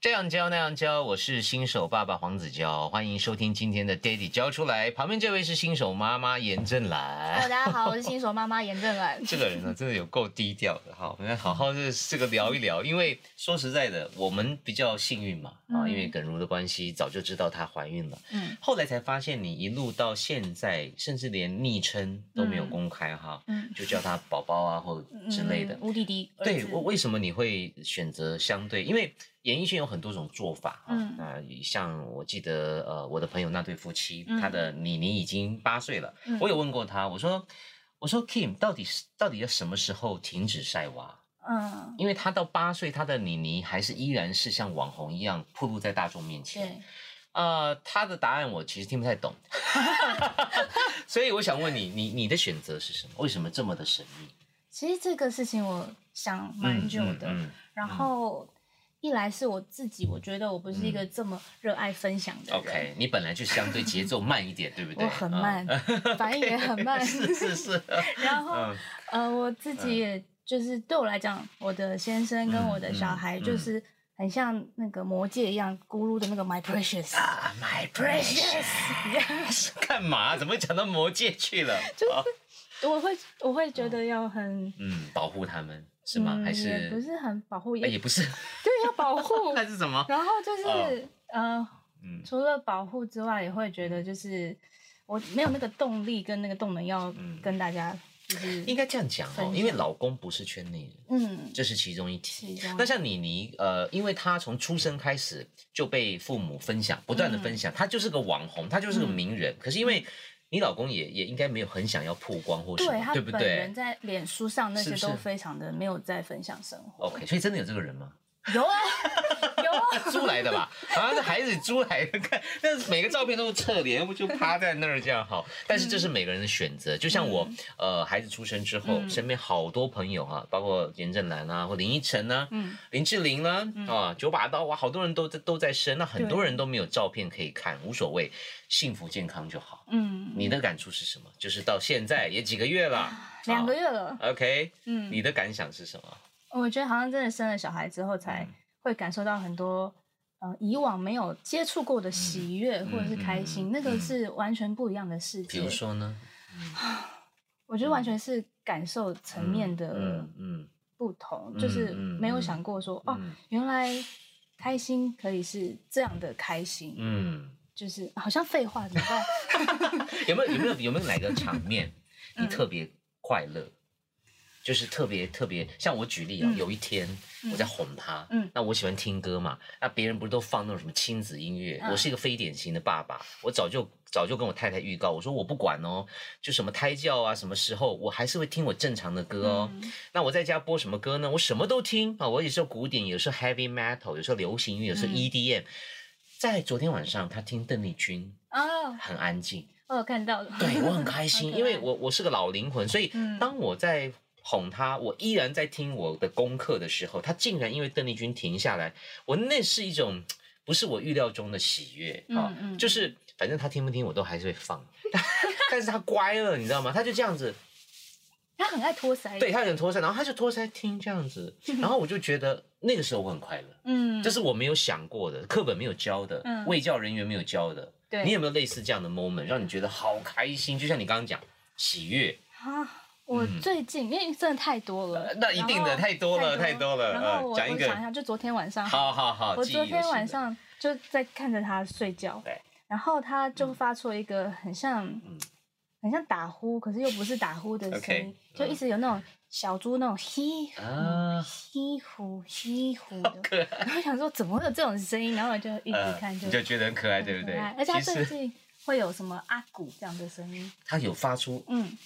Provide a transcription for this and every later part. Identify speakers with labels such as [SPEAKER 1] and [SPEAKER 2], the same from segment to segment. [SPEAKER 1] 这样教那样教，我是新手爸爸黄子佼，欢迎收听今天的 Daddy 教出来。旁边这位是新手妈妈严正兰。
[SPEAKER 2] Hello，大家哦好，我是 新手妈妈严正兰。
[SPEAKER 1] 这个人呢，真的有够低调的哈。我们好好这这个聊一聊，因为说实在的，我们比较幸运嘛啊，
[SPEAKER 2] 嗯
[SPEAKER 1] 因为耿如的关系，早就知道她怀孕了。
[SPEAKER 2] 嗯
[SPEAKER 1] 后来才发现，你一路到现在，甚至连昵称都没有公开哈，
[SPEAKER 2] 嗯
[SPEAKER 1] 就叫她宝宝啊或之类的。
[SPEAKER 2] 嗯无敌敌。
[SPEAKER 1] 对，为为什么你会选择相对？因为演艺圈有很多种做法啊。
[SPEAKER 2] 嗯
[SPEAKER 1] 那像我记得，呃，我的朋友那对夫妻，
[SPEAKER 2] 嗯
[SPEAKER 1] 他的妮妮已经八岁了，
[SPEAKER 2] 嗯
[SPEAKER 1] 我有问过他，我说，我说 Kim 到底是到底要什么时候停止晒娃？
[SPEAKER 2] 嗯，
[SPEAKER 1] 因为他到八岁，他的妮妮还是依然是像网红一样暴露在大众面前。
[SPEAKER 2] 对，
[SPEAKER 1] 呃，他的答案我其实听不太 懂，所以我想问你，你你的选择是什么？为什么这么的神秘？
[SPEAKER 2] 其实这个事情我想蛮久的，
[SPEAKER 1] 嗯嗯嗯
[SPEAKER 2] 然后。一来是我自己，我觉得我不是一个这么热爱分享的人
[SPEAKER 1] 嗯 OK，你本来就相对节奏慢一点，对不对？
[SPEAKER 2] 我很慢，反应也很慢
[SPEAKER 1] 嗯，。 是是 是。
[SPEAKER 2] 然后、
[SPEAKER 1] 嗯
[SPEAKER 2] 呃，我自己也就是对我来讲，我的先生跟我的小孩
[SPEAKER 1] 嗯嗯
[SPEAKER 2] 就是很像那个魔戒一样，咕噜的那个 My Precious，、
[SPEAKER 1] 啊，My precious，干嘛？怎么讲到魔界去了？啊
[SPEAKER 2] 我会我会觉得要很、
[SPEAKER 1] 嗯，保护他们是吗？
[SPEAKER 2] 嗯
[SPEAKER 1] 还
[SPEAKER 2] 也不
[SPEAKER 1] 是
[SPEAKER 2] 是很保护，
[SPEAKER 1] 哎
[SPEAKER 2] 也
[SPEAKER 1] 也不 是，
[SPEAKER 2] 对要保 护，
[SPEAKER 1] 那是什么？
[SPEAKER 2] 然后就是、呃，
[SPEAKER 1] 嗯
[SPEAKER 2] 除了保护之外，也会觉得就是我没有那个动力跟那个动能要
[SPEAKER 1] 嗯
[SPEAKER 2] 跟大家就是
[SPEAKER 1] 应该这样讲
[SPEAKER 2] 分
[SPEAKER 1] 哦，
[SPEAKER 2] 享
[SPEAKER 1] 因为老公不是圈内人，
[SPEAKER 2] 嗯
[SPEAKER 1] 这是其中一题。
[SPEAKER 2] 其中
[SPEAKER 1] 那像妮妮，呃，因为她从出生开始就被父母分享，不
[SPEAKER 2] 嗯
[SPEAKER 1] 断的分享，她就是个网红，她就是个名人。可是因为你老公也也应该没有很想要曝光或什
[SPEAKER 2] 对
[SPEAKER 1] 么，
[SPEAKER 2] 他
[SPEAKER 1] 对不
[SPEAKER 2] 本
[SPEAKER 1] 对
[SPEAKER 2] 人在脸书上那
[SPEAKER 1] 是
[SPEAKER 2] 些
[SPEAKER 1] 不是
[SPEAKER 2] 都非常的没有在分享生活，
[SPEAKER 1] ？OK，所以真的有这个人吗？
[SPEAKER 2] 有啊有啊，
[SPEAKER 1] 租来的 吧？啊，那孩子租来的，看那每个照片都是侧脸，就趴在那儿这样好。但是这是每个人的选
[SPEAKER 2] 嗯
[SPEAKER 1] 择，就像我，呃，孩子出生之后，身边好多朋友哈、包括严正兰啊，或林依晨啊，
[SPEAKER 2] 嗯
[SPEAKER 1] 林志玲啦、啊，九把刀哇，好多人都在都在生，那很多人都没有照片可以看，无所谓，幸福健康就好。
[SPEAKER 2] 嗯，
[SPEAKER 1] 你的感触是什么？就是到现在也几个月了，
[SPEAKER 2] 两个
[SPEAKER 1] 月、
[SPEAKER 2] 月了，
[SPEAKER 1] OK，
[SPEAKER 2] 嗯
[SPEAKER 1] 你的感想是什么？
[SPEAKER 2] 我觉得好像真的生了小孩之后才
[SPEAKER 1] 嗯
[SPEAKER 2] 会感受到很多。呃，以往没有接触过的喜悦或者是开
[SPEAKER 1] 嗯
[SPEAKER 2] 心，
[SPEAKER 1] 嗯嗯
[SPEAKER 2] 那个是完全不一样的世
[SPEAKER 1] 比
[SPEAKER 2] 界。
[SPEAKER 1] 如说呢？
[SPEAKER 2] 我觉得完全是感受层面的
[SPEAKER 1] 嗯嗯
[SPEAKER 2] 不同，
[SPEAKER 1] 嗯
[SPEAKER 2] 就是
[SPEAKER 1] 嗯
[SPEAKER 2] 没有想过说、哦，
[SPEAKER 1] 嗯
[SPEAKER 2] 原来开心可以是这样的开心，
[SPEAKER 1] 嗯。
[SPEAKER 2] 就是好像废话怎么办？
[SPEAKER 1] 有没有有没有有没有哪 个场面
[SPEAKER 2] 嗯
[SPEAKER 1] 你特别快乐？就是特别特别，像我举例啊，
[SPEAKER 2] 嗯
[SPEAKER 1] 有一天我在哄他，
[SPEAKER 2] 嗯
[SPEAKER 1] 那我喜欢听歌嘛，那别人不是都放那种什么亲子音乐？
[SPEAKER 2] 嗯
[SPEAKER 1] 我是一个非典型的爸爸，我早就早就跟我太太预告，我说我不管哦，就什么胎教啊，什么时候我还是会听我正常的歌哦。
[SPEAKER 2] 嗯
[SPEAKER 1] 那我在家播什么歌呢？我什么都听啊，我有时候古典，有时候 heavy metal，有时候流行音乐，有时候
[SPEAKER 2] 嗯
[SPEAKER 1] EDM。在昨天晚上，他听邓丽君，
[SPEAKER 2] 哦，
[SPEAKER 1] 很安静。
[SPEAKER 2] 我有看到了，
[SPEAKER 1] 对我很开心，
[SPEAKER 2] 好可爱
[SPEAKER 1] 因为我我是个老灵魂，所以
[SPEAKER 2] 嗯
[SPEAKER 1] 当我在哄他，我依然在听我的功课的时候，他竟然因为邓丽君停下来，我那是一种不是我预料中的喜悦啊、
[SPEAKER 2] 嗯嗯
[SPEAKER 1] 就是反正他听不听我都还是会放， 但是他乖了，你知道吗？他就这样子，
[SPEAKER 2] 他很爱托腮，
[SPEAKER 1] 对，他有点托腮，然后他就托腮听这样 子，然后我就觉得那个时候我很快乐。
[SPEAKER 2] 嗯，
[SPEAKER 1] 这是我没有想过的，课本没有教的，
[SPEAKER 2] 嗯
[SPEAKER 1] 卫教人员没有教的。
[SPEAKER 2] 对
[SPEAKER 1] 你有没有类似这样的 moment，让你觉得好开心？就像你刚刚讲，喜悦，
[SPEAKER 2] 啊。我最近、因为真的太多了，
[SPEAKER 1] 嗯呃那一定的
[SPEAKER 2] 然后
[SPEAKER 1] 太多了太多了
[SPEAKER 2] 然后
[SPEAKER 1] 呃
[SPEAKER 2] 我、
[SPEAKER 1] 讲一
[SPEAKER 2] 我
[SPEAKER 1] 个
[SPEAKER 2] 想一下，就昨天晚上，
[SPEAKER 1] 好好好。
[SPEAKER 2] 啊我
[SPEAKER 1] 记忆犹
[SPEAKER 2] 昨
[SPEAKER 1] 新
[SPEAKER 2] 天
[SPEAKER 1] 的
[SPEAKER 2] 晚，上就在看着他睡觉，
[SPEAKER 1] 对，嗯
[SPEAKER 2] 然后他就发出了一个很像、很像打呼，可是又不是打呼的声
[SPEAKER 1] OK，嗯
[SPEAKER 2] 音就一直有那种小猪那种嘿
[SPEAKER 1] 啊
[SPEAKER 2] 嘿呼嘿呼
[SPEAKER 1] 好
[SPEAKER 2] 的。
[SPEAKER 1] 可爱，
[SPEAKER 2] 然后想说怎么会有这种声音，然后我就一直看
[SPEAKER 1] 呃
[SPEAKER 2] 就
[SPEAKER 1] 你就
[SPEAKER 2] 很
[SPEAKER 1] 觉得很可爱，对不
[SPEAKER 2] 可
[SPEAKER 1] 对
[SPEAKER 2] 爱，？而且他
[SPEAKER 1] 其
[SPEAKER 2] 最
[SPEAKER 1] 实
[SPEAKER 2] 近会有什么阿古这样的声音，
[SPEAKER 1] 他有发出
[SPEAKER 2] 嗯，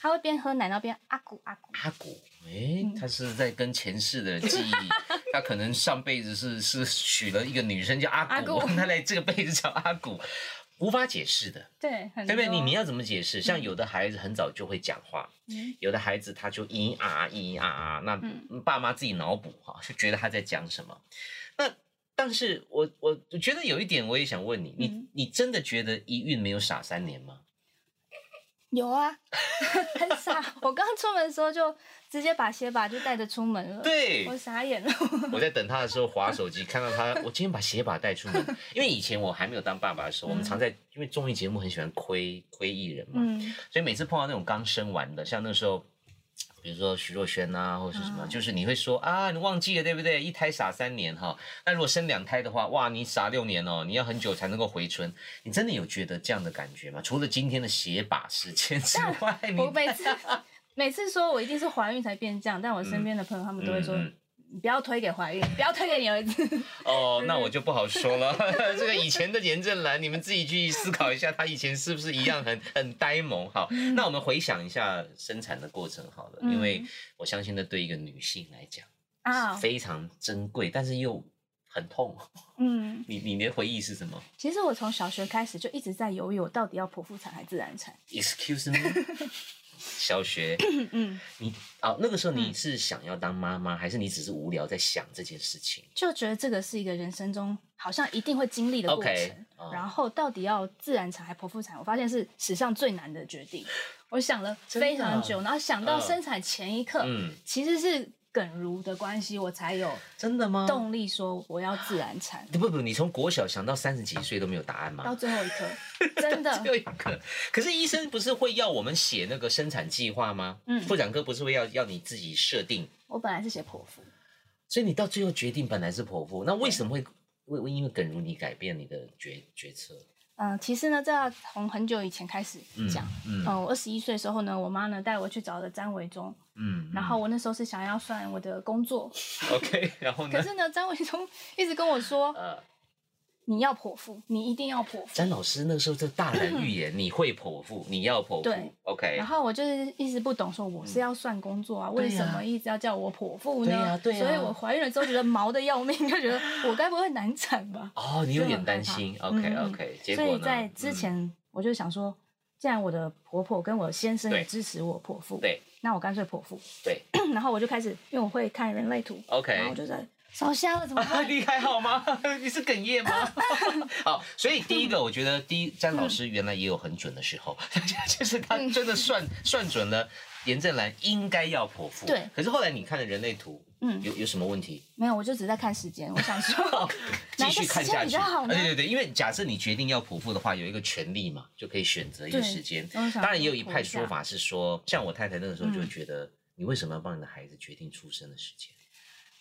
[SPEAKER 2] 他会边喝奶然后边啊阿古阿古，
[SPEAKER 1] 阿古，诶，
[SPEAKER 2] 嗯
[SPEAKER 1] 他是在跟前世的记忆， 他可能上辈子是是娶了一个女生叫阿
[SPEAKER 2] 阿
[SPEAKER 1] 古，
[SPEAKER 2] 古
[SPEAKER 1] 他来这个辈子叫阿古，无法解释的。
[SPEAKER 2] 对，很
[SPEAKER 1] 对不对？
[SPEAKER 2] 多
[SPEAKER 1] 你你要怎么解释？像有的孩子很早就会讲话，
[SPEAKER 2] 嗯
[SPEAKER 1] 有的孩子他就咿啊咿啊啊，那爸妈自己脑补哈，就觉得他在讲什么。那但是我我我觉得有一点我也想问你，你、你真的觉得一孕没有傻三年吗？
[SPEAKER 2] 有 啊，很傻。我刚出门的时候就直接把鞋把就带着出门了，
[SPEAKER 1] 对
[SPEAKER 2] 呃我傻眼了。
[SPEAKER 1] 我在等他的时候划手机，看到他，我今天把鞋把带出门，因为以前我还没有当爸爸的时候，我们常在因为综艺节目很喜欢亏亏艺人嘛，
[SPEAKER 2] 嗯，
[SPEAKER 1] 所以每次碰到那种刚生完的，像那时候，比如说徐若瑄呐、或者是什么，
[SPEAKER 2] 啊
[SPEAKER 1] 就是你会说啊，你忘记了对不对？一胎傻三年哈，那如果生两胎的话，哇，你傻六年哦，你要很久才能够回春。你真的有觉得这样的感觉吗？除了今天的鞋把事件之外，你
[SPEAKER 2] 我每次每次说我一定是怀孕才变这样，但我身边的朋友他们都会说，
[SPEAKER 1] 嗯嗯
[SPEAKER 2] 你不要推给怀孕，不要推给你儿子。
[SPEAKER 1] 哦，
[SPEAKER 2] 嗯
[SPEAKER 1] 那我就不好说了。 这个以前的严正兰，你们自己去思考一下，她以前是不是一样很很呆萌？好，那我们回想一下生产的过程好了，因为
[SPEAKER 2] 嗯
[SPEAKER 1] 我相信那对一个女性来讲。
[SPEAKER 2] 啊，
[SPEAKER 1] 非常珍贵，但是又很痛。
[SPEAKER 2] 嗯，
[SPEAKER 1] 你你的回忆是什么
[SPEAKER 2] 其实我从小学开始就一直在犹豫，我到底要剖腹产还自然产。
[SPEAKER 1] ？Excuse me，小学，
[SPEAKER 2] 嗯嗯，
[SPEAKER 1] 你哦，那个时候你是想要当妈妈，还是你只是无聊在想这件事情
[SPEAKER 2] 就觉得这个是一个人生中好像一定会经历的过程。
[SPEAKER 1] ？OK，哦
[SPEAKER 2] 然后到底要自然产还剖腹产，我发现是史上最难的决定。我想了非常久，然后想到
[SPEAKER 1] 嗯
[SPEAKER 2] 生产前一刻，
[SPEAKER 1] 嗯，
[SPEAKER 2] 其实是耿如的关系，我才有
[SPEAKER 1] 真的吗？
[SPEAKER 2] 动力说我要自然产。
[SPEAKER 1] 不不，你从国小想到三十几岁都没有答案
[SPEAKER 2] 到
[SPEAKER 1] 吗？
[SPEAKER 2] 最后一 刻，真
[SPEAKER 1] 只有
[SPEAKER 2] 的，
[SPEAKER 1] 一个， 可是医生不是会要我们写那个生产计划吗？
[SPEAKER 2] 嗯
[SPEAKER 1] 妇产科不是会要要你自己设定，
[SPEAKER 2] 我本来是写剖腹，
[SPEAKER 1] 所以你到最后决定本来是剖腹，那为什么会为为因为耿如你改变你的决决策？
[SPEAKER 2] 嗯、其实呢，这要从很久以前开始讲。
[SPEAKER 1] 嗯
[SPEAKER 2] 嗯，我二十一岁的时候呢，我妈呢带我去找了詹维忠，
[SPEAKER 1] 嗯，
[SPEAKER 2] 然后我那时候是想要算我的工作，
[SPEAKER 1] OK，然后呢
[SPEAKER 2] 可？是呢，詹维忠一直跟我说
[SPEAKER 1] 呃，
[SPEAKER 2] 你要剖腹，你一定要剖腹。
[SPEAKER 1] 詹老师那时候就大胆预言，你会剖腹，你要剖
[SPEAKER 2] 对
[SPEAKER 1] 腹，OK，
[SPEAKER 2] 然后我就是一直不懂，说我是要算工作啊，为什么一直要叫我剖腹呢？
[SPEAKER 1] 嗯对呀对呀啊
[SPEAKER 2] 所以我怀孕了之后觉得毛的要命，就觉得我该不会难产吧？
[SPEAKER 1] 哦，你有点担心
[SPEAKER 2] 就很害
[SPEAKER 1] ，OK
[SPEAKER 2] 怕嗯
[SPEAKER 1] OK，结
[SPEAKER 2] 所
[SPEAKER 1] 果
[SPEAKER 2] 以
[SPEAKER 1] 呢？
[SPEAKER 2] 在之
[SPEAKER 1] 嗯，
[SPEAKER 2] 前，我就想说，既然我的婆婆跟我先生
[SPEAKER 1] 对
[SPEAKER 2] 也支持我剖腹，
[SPEAKER 1] 对
[SPEAKER 2] 那我干脆剖腹。
[SPEAKER 1] 对 哦
[SPEAKER 2] 然后我就开始，因为我会看人类图然后我
[SPEAKER 1] ，OK。
[SPEAKER 2] 就在烧瞎了怎么 办？
[SPEAKER 1] 你还好吗？你是哽 咽吗？好，所以第一个，我觉得第一，詹
[SPEAKER 2] 嗯
[SPEAKER 1] 老师原来也有很准的时候， 就是他真的算算准了严正兰应该要剖腹。
[SPEAKER 2] 对
[SPEAKER 1] 可是后来你看了人类图，
[SPEAKER 2] 嗯
[SPEAKER 1] 有有什么问题？
[SPEAKER 2] 没有，我就只在看时间，我想 说
[SPEAKER 1] 继续看下
[SPEAKER 2] 哪个时间比
[SPEAKER 1] 去。
[SPEAKER 2] 较好
[SPEAKER 1] 啊
[SPEAKER 2] 呢
[SPEAKER 1] 对对对，因为假设你决定要剖腹的话，有一个权利嘛，就可以选择一个
[SPEAKER 2] 对
[SPEAKER 1] 时间。
[SPEAKER 2] 我想
[SPEAKER 1] 当然也有
[SPEAKER 2] 说
[SPEAKER 1] 一
[SPEAKER 2] 剖
[SPEAKER 1] 派
[SPEAKER 2] 一下
[SPEAKER 1] 说法是说，像我太太那个时候就
[SPEAKER 2] 嗯
[SPEAKER 1] 觉得，你为什么要帮你的孩子决定出生的时间？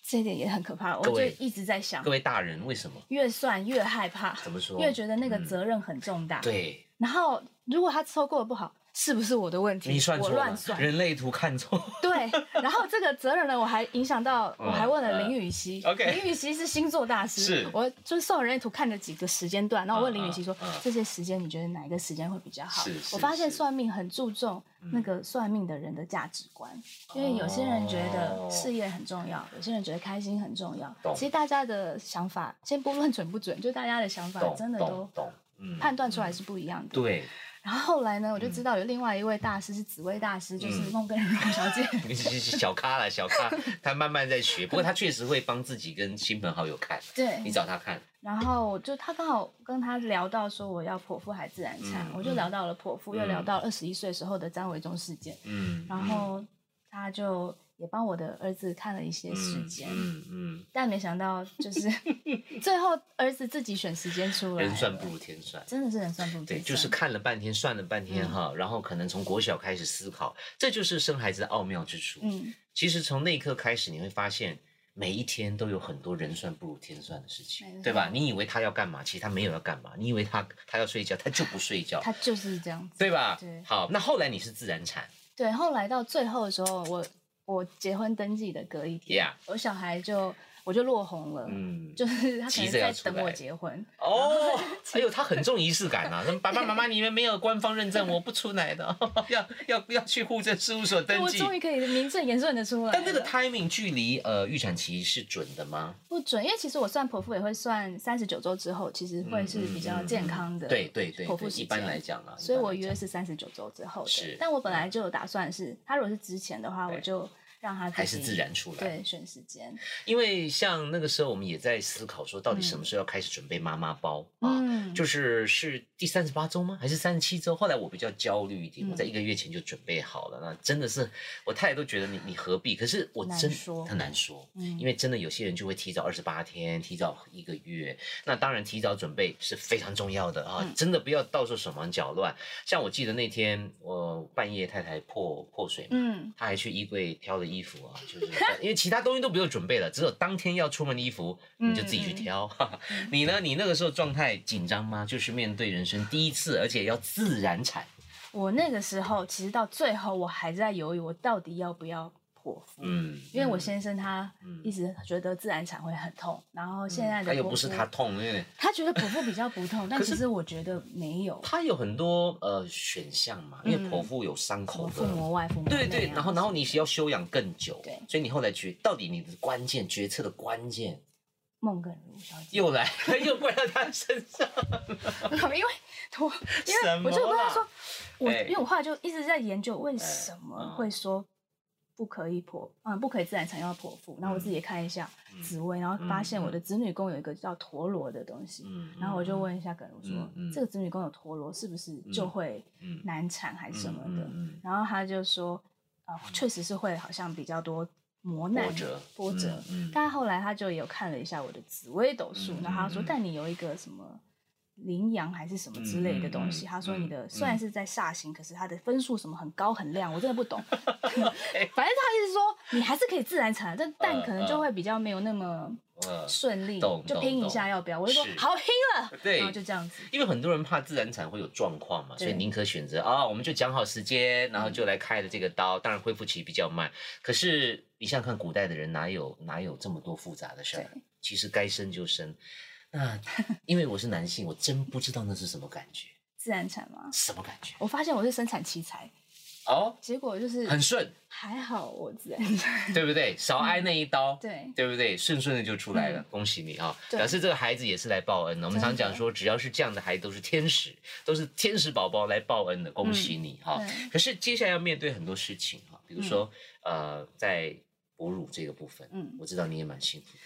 [SPEAKER 2] 这一点也很可怕，我
[SPEAKER 1] 各
[SPEAKER 2] 就
[SPEAKER 1] 位
[SPEAKER 2] 一直在想
[SPEAKER 1] 各，位大人为什么？
[SPEAKER 2] 越算越害怕，
[SPEAKER 1] 怎么说？
[SPEAKER 2] 越觉得那个
[SPEAKER 1] 嗯
[SPEAKER 2] 责任很重大。
[SPEAKER 1] 对，
[SPEAKER 2] 然后如果他抽过的不好，是不是我的问题？
[SPEAKER 1] 你算错
[SPEAKER 2] 我
[SPEAKER 1] 了，
[SPEAKER 2] 乱算。
[SPEAKER 1] 人类图看错。
[SPEAKER 2] 对，然后这个责任呢，我还影响到，
[SPEAKER 1] 嗯
[SPEAKER 2] 我还问了林雨熙。
[SPEAKER 1] 嗯，OK
[SPEAKER 2] 林雨熙是星座大师，
[SPEAKER 1] 是
[SPEAKER 2] 我就是受人类图看了几个时间段，然后我问林雨熙说
[SPEAKER 1] 嗯嗯嗯，
[SPEAKER 2] 这些时间你觉得哪一个时间会比较好
[SPEAKER 1] 是是？
[SPEAKER 2] 我发现
[SPEAKER 1] 是嗯
[SPEAKER 2] 算命很注重那个算命的人的价值观，因为有些人觉
[SPEAKER 1] 哦
[SPEAKER 2] 得事业很重要，有些人觉得开心很重要
[SPEAKER 1] 懂。
[SPEAKER 2] 其实大家的想法，先不论准不准，就大家的想法
[SPEAKER 1] 懂
[SPEAKER 2] 真的
[SPEAKER 1] 懂
[SPEAKER 2] 都
[SPEAKER 1] 懂，嗯
[SPEAKER 2] 判断出来是不一样的。
[SPEAKER 1] 对，
[SPEAKER 2] 然后后来呢，我就知道有另外一位大师是紫薇大师，就是
[SPEAKER 1] 嗯
[SPEAKER 2] 孟根荣小姐。
[SPEAKER 1] 你是小咖了，小咖，他慢慢在学，不过他确实会帮自己跟亲朋好友看，你
[SPEAKER 2] 对，
[SPEAKER 1] 找他看，
[SPEAKER 2] 然后我就他刚好跟他聊到说我要剖腹还自然产，
[SPEAKER 1] 嗯
[SPEAKER 2] 我就聊到了剖腹，
[SPEAKER 1] 嗯
[SPEAKER 2] 又聊到二十一岁时候的张维忠事件，
[SPEAKER 1] 嗯，
[SPEAKER 2] 然后他就也帮我的儿子看了一些
[SPEAKER 1] 嗯
[SPEAKER 2] 时间，
[SPEAKER 1] 嗯嗯。
[SPEAKER 2] 但没想到就是 最后儿子自己选时间出来了，
[SPEAKER 1] 人算不如天算。
[SPEAKER 2] 真的是人算不如
[SPEAKER 1] 对，
[SPEAKER 2] 天
[SPEAKER 1] 就是
[SPEAKER 2] 算嗯
[SPEAKER 1] 看了半天，算了半天哈，然后可能从国小开始思考，这就是生孩子的奥妙之处。
[SPEAKER 2] 嗯，
[SPEAKER 1] 其实从那一刻开始，你会发现每一天都有很多人算不如天算的事情，
[SPEAKER 2] 没错
[SPEAKER 1] 对吧？你以为他要干嘛，其实他没有要干嘛；你以为他他要睡觉，他就不睡觉，
[SPEAKER 2] 他就是这样子。
[SPEAKER 1] 对吧？
[SPEAKER 2] 对
[SPEAKER 1] 好，那后来你是自然产
[SPEAKER 2] 对，后来到最后的时候，我我结婚登记的隔一天。
[SPEAKER 1] ，Yeah，
[SPEAKER 2] 我小孩就我就落红了，
[SPEAKER 1] 嗯，
[SPEAKER 2] 就是他可
[SPEAKER 1] 急
[SPEAKER 2] 能
[SPEAKER 1] 着要
[SPEAKER 2] 在
[SPEAKER 1] 出
[SPEAKER 2] 等我
[SPEAKER 1] 来
[SPEAKER 2] 结婚，
[SPEAKER 1] 哦，哎呦，他很重仪式感啊！那爸爸妈妈，你们没有官方认证，我不出奶的， 要要要去户政事务所登
[SPEAKER 2] 我
[SPEAKER 1] 记。
[SPEAKER 2] 终于可以名正言顺的出来了。
[SPEAKER 1] 但那个 timing 距离呃预产期是准的吗？
[SPEAKER 2] 不准，因为其实我算剖腹也会算三十九周之后，其实会是比较健康的，
[SPEAKER 1] 嗯对对对
[SPEAKER 2] 剖
[SPEAKER 1] 对
[SPEAKER 2] 腹，时
[SPEAKER 1] 一
[SPEAKER 2] 间
[SPEAKER 1] 般来讲啊，
[SPEAKER 2] 所以
[SPEAKER 1] 一般
[SPEAKER 2] 我
[SPEAKER 1] 来讲
[SPEAKER 2] 约是三十九周之后的
[SPEAKER 1] 是
[SPEAKER 2] 但我本来就有打算是，他如果是之前的话，
[SPEAKER 1] 对
[SPEAKER 2] 我就让他自己
[SPEAKER 1] 还是自然出来。
[SPEAKER 2] 对选时间，
[SPEAKER 1] 因为像那个时候，我们也在思考说，到底什么时候要开始准备妈妈包、啊？
[SPEAKER 2] 嗯，
[SPEAKER 1] 就是是第三十八周吗？还是三十七周？后来我比较焦虑一点，
[SPEAKER 2] 嗯
[SPEAKER 1] 我在一个月前就准备好了。那真的是我太太都觉得你你何必？可是我
[SPEAKER 2] 难
[SPEAKER 1] 真
[SPEAKER 2] 说
[SPEAKER 1] 很难说，
[SPEAKER 2] 嗯
[SPEAKER 1] 因为真的有些人就会提早二十八天，提早一个月。那当然，提早准备是非常重要的啊！
[SPEAKER 2] 嗯
[SPEAKER 1] 真的不要到时候手忙脚乱。像我记得那天我半夜太太破破水嘛，
[SPEAKER 2] 嗯
[SPEAKER 1] 他还去衣柜挑了衣服啊，就是因为其他东西都不用准备了，只有当天要出门的衣服你就自己
[SPEAKER 2] 嗯
[SPEAKER 1] 去挑。 你呢？你那个时候状态紧张吗？就是面对人生第一次，而且要自然产。
[SPEAKER 2] 我那个时候其实到最后我还在犹豫，我到底要不要剖腹。
[SPEAKER 1] 嗯，
[SPEAKER 2] 因为我
[SPEAKER 1] 嗯
[SPEAKER 2] 先生他
[SPEAKER 1] 嗯
[SPEAKER 2] 一直觉得自然产会很痛，然后现在的
[SPEAKER 1] 他又
[SPEAKER 2] 剖
[SPEAKER 1] 不是
[SPEAKER 2] 腹
[SPEAKER 1] 他痛，因为
[SPEAKER 2] 他觉得剖腹比较不痛，但
[SPEAKER 1] 可是
[SPEAKER 2] 其实我觉得没有，
[SPEAKER 1] 他有很多呃选项嘛，因为
[SPEAKER 2] 嗯
[SPEAKER 1] 剖腹有伤
[SPEAKER 2] 什么
[SPEAKER 1] 口
[SPEAKER 2] 腹
[SPEAKER 1] 的。
[SPEAKER 2] 膜外、腹膜
[SPEAKER 1] 对
[SPEAKER 2] 内
[SPEAKER 1] 对，
[SPEAKER 2] 啊
[SPEAKER 1] 然后然后你要休养更久，
[SPEAKER 2] 对
[SPEAKER 1] 所以你后来去，到底你的关键决策的关键
[SPEAKER 2] 孟耿如小姐，
[SPEAKER 1] 又来 又怪到他身上，
[SPEAKER 2] 因为我因
[SPEAKER 1] 什
[SPEAKER 2] 为
[SPEAKER 1] 么
[SPEAKER 2] 我就跟他
[SPEAKER 1] 啦
[SPEAKER 2] 说，我
[SPEAKER 1] 哎嗯
[SPEAKER 2] 因为我后来就一直在研究为什么会说不可以剖，嗯，不可以自然产要剖腹。然后我自己也
[SPEAKER 1] 嗯
[SPEAKER 2] 看一下紫薇，然后发现我的子女宫有一个叫陀螺的东西，
[SPEAKER 1] 嗯
[SPEAKER 2] 然后我就，问一下耿如说
[SPEAKER 1] 嗯嗯，
[SPEAKER 2] 这个子女宫有陀螺是不是就会
[SPEAKER 1] 嗯
[SPEAKER 2] 难产还是什么的？
[SPEAKER 1] 嗯嗯嗯
[SPEAKER 2] 然后他就说，呃，确实是会好像比较多磨难、
[SPEAKER 1] 波折
[SPEAKER 2] 波折。
[SPEAKER 1] 嗯嗯
[SPEAKER 2] 但后来他就有看了一下我的紫微斗数，
[SPEAKER 1] 嗯
[SPEAKER 2] 然后他说
[SPEAKER 1] 嗯嗯，
[SPEAKER 2] 但你有一个什么羚羊还是什么之类的东
[SPEAKER 1] 嗯
[SPEAKER 2] 西，
[SPEAKER 1] 嗯嗯
[SPEAKER 2] 他说你的
[SPEAKER 1] 嗯
[SPEAKER 2] 虽然是在煞星，可是他的分数什么很高很亮，我真的不 懂。反正他意思说你还是可以自然产，但但可能就会比较没有那么
[SPEAKER 1] 呃
[SPEAKER 2] 顺
[SPEAKER 1] 嗯
[SPEAKER 2] 利
[SPEAKER 1] 懂，
[SPEAKER 2] 就
[SPEAKER 1] 懂
[SPEAKER 2] 拼一
[SPEAKER 1] 懂
[SPEAKER 2] 下要不要？我就说
[SPEAKER 1] 是
[SPEAKER 2] 好拼了，
[SPEAKER 1] 对
[SPEAKER 2] 然后就这样子。
[SPEAKER 1] 因为很多人怕自然产会有状况嘛，所
[SPEAKER 2] 对
[SPEAKER 1] 以宁可选择啊，我们就讲好时间，然后就来开了这个刀。当然恢复期比较慢，可是你想想看，古代的人哪有哪有这么多复杂的事儿啊
[SPEAKER 2] 对？
[SPEAKER 1] 其实该生就生。那因为我是男性，我真不知道那是什么感 觉，
[SPEAKER 2] 自然产嘛，
[SPEAKER 1] 什么感觉？
[SPEAKER 2] 我发现我是生产奇才，
[SPEAKER 1] 哦，
[SPEAKER 2] 结果就是
[SPEAKER 1] 很顺，
[SPEAKER 2] 还好我自然产，
[SPEAKER 1] 对不对？少挨那一刀，
[SPEAKER 2] 对
[SPEAKER 1] 对不对？顺顺的就出来了，
[SPEAKER 2] 嗯
[SPEAKER 1] 恭喜你啊！
[SPEAKER 2] 对
[SPEAKER 1] 表示这个孩子也是来报恩的。我们
[SPEAKER 2] 真
[SPEAKER 1] 常
[SPEAKER 2] 的
[SPEAKER 1] 讲说，只要是这样的孩子，都是天使，都是天使宝宝来报恩的，恭喜你哈、
[SPEAKER 2] 嗯对
[SPEAKER 1] 可是接下来要面对很多事情哈，比如说、呃，在哺乳这个部分，
[SPEAKER 2] 嗯
[SPEAKER 1] 我知道你也蛮辛苦的，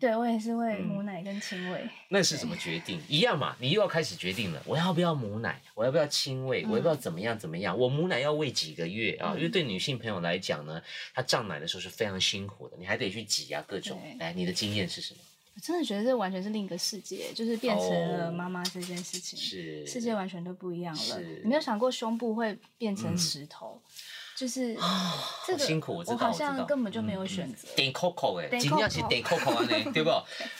[SPEAKER 2] 对我也是喂
[SPEAKER 1] 嗯
[SPEAKER 2] 母奶跟亲喂，
[SPEAKER 1] 那是怎么决定？一样嘛，你又要开始决定了，我要不要母奶？我要不要亲喂？我要不
[SPEAKER 2] 嗯
[SPEAKER 1] 要怎么样怎么样？我母奶要喂几个月啊？因为对女性朋友来讲呢，她胀奶的时候是非常辛苦的，你还得去挤啊各种
[SPEAKER 2] 对。
[SPEAKER 1] 来，你的经验是什么？
[SPEAKER 2] 我真的觉得这完全是另一个世界，就是变成了
[SPEAKER 1] 哦
[SPEAKER 2] 妈妈这件事情，
[SPEAKER 1] 是
[SPEAKER 2] 世界完全都不一样了
[SPEAKER 1] 是。
[SPEAKER 2] 你没有想过胸部会变
[SPEAKER 1] 嗯
[SPEAKER 2] 成
[SPEAKER 1] 啊
[SPEAKER 2] 石头，就是这
[SPEAKER 1] 好
[SPEAKER 2] 个
[SPEAKER 1] 辛苦，我知道，
[SPEAKER 2] 好
[SPEAKER 1] 我知
[SPEAKER 2] 像
[SPEAKER 1] 道
[SPEAKER 2] 根本就没有
[SPEAKER 1] 嗯
[SPEAKER 2] 选
[SPEAKER 1] 嗯
[SPEAKER 2] 择。
[SPEAKER 1] 点 Coco 哎，
[SPEAKER 2] 点
[SPEAKER 1] 尽量是
[SPEAKER 2] Coco
[SPEAKER 1] 点 Coco 啊，那 对不？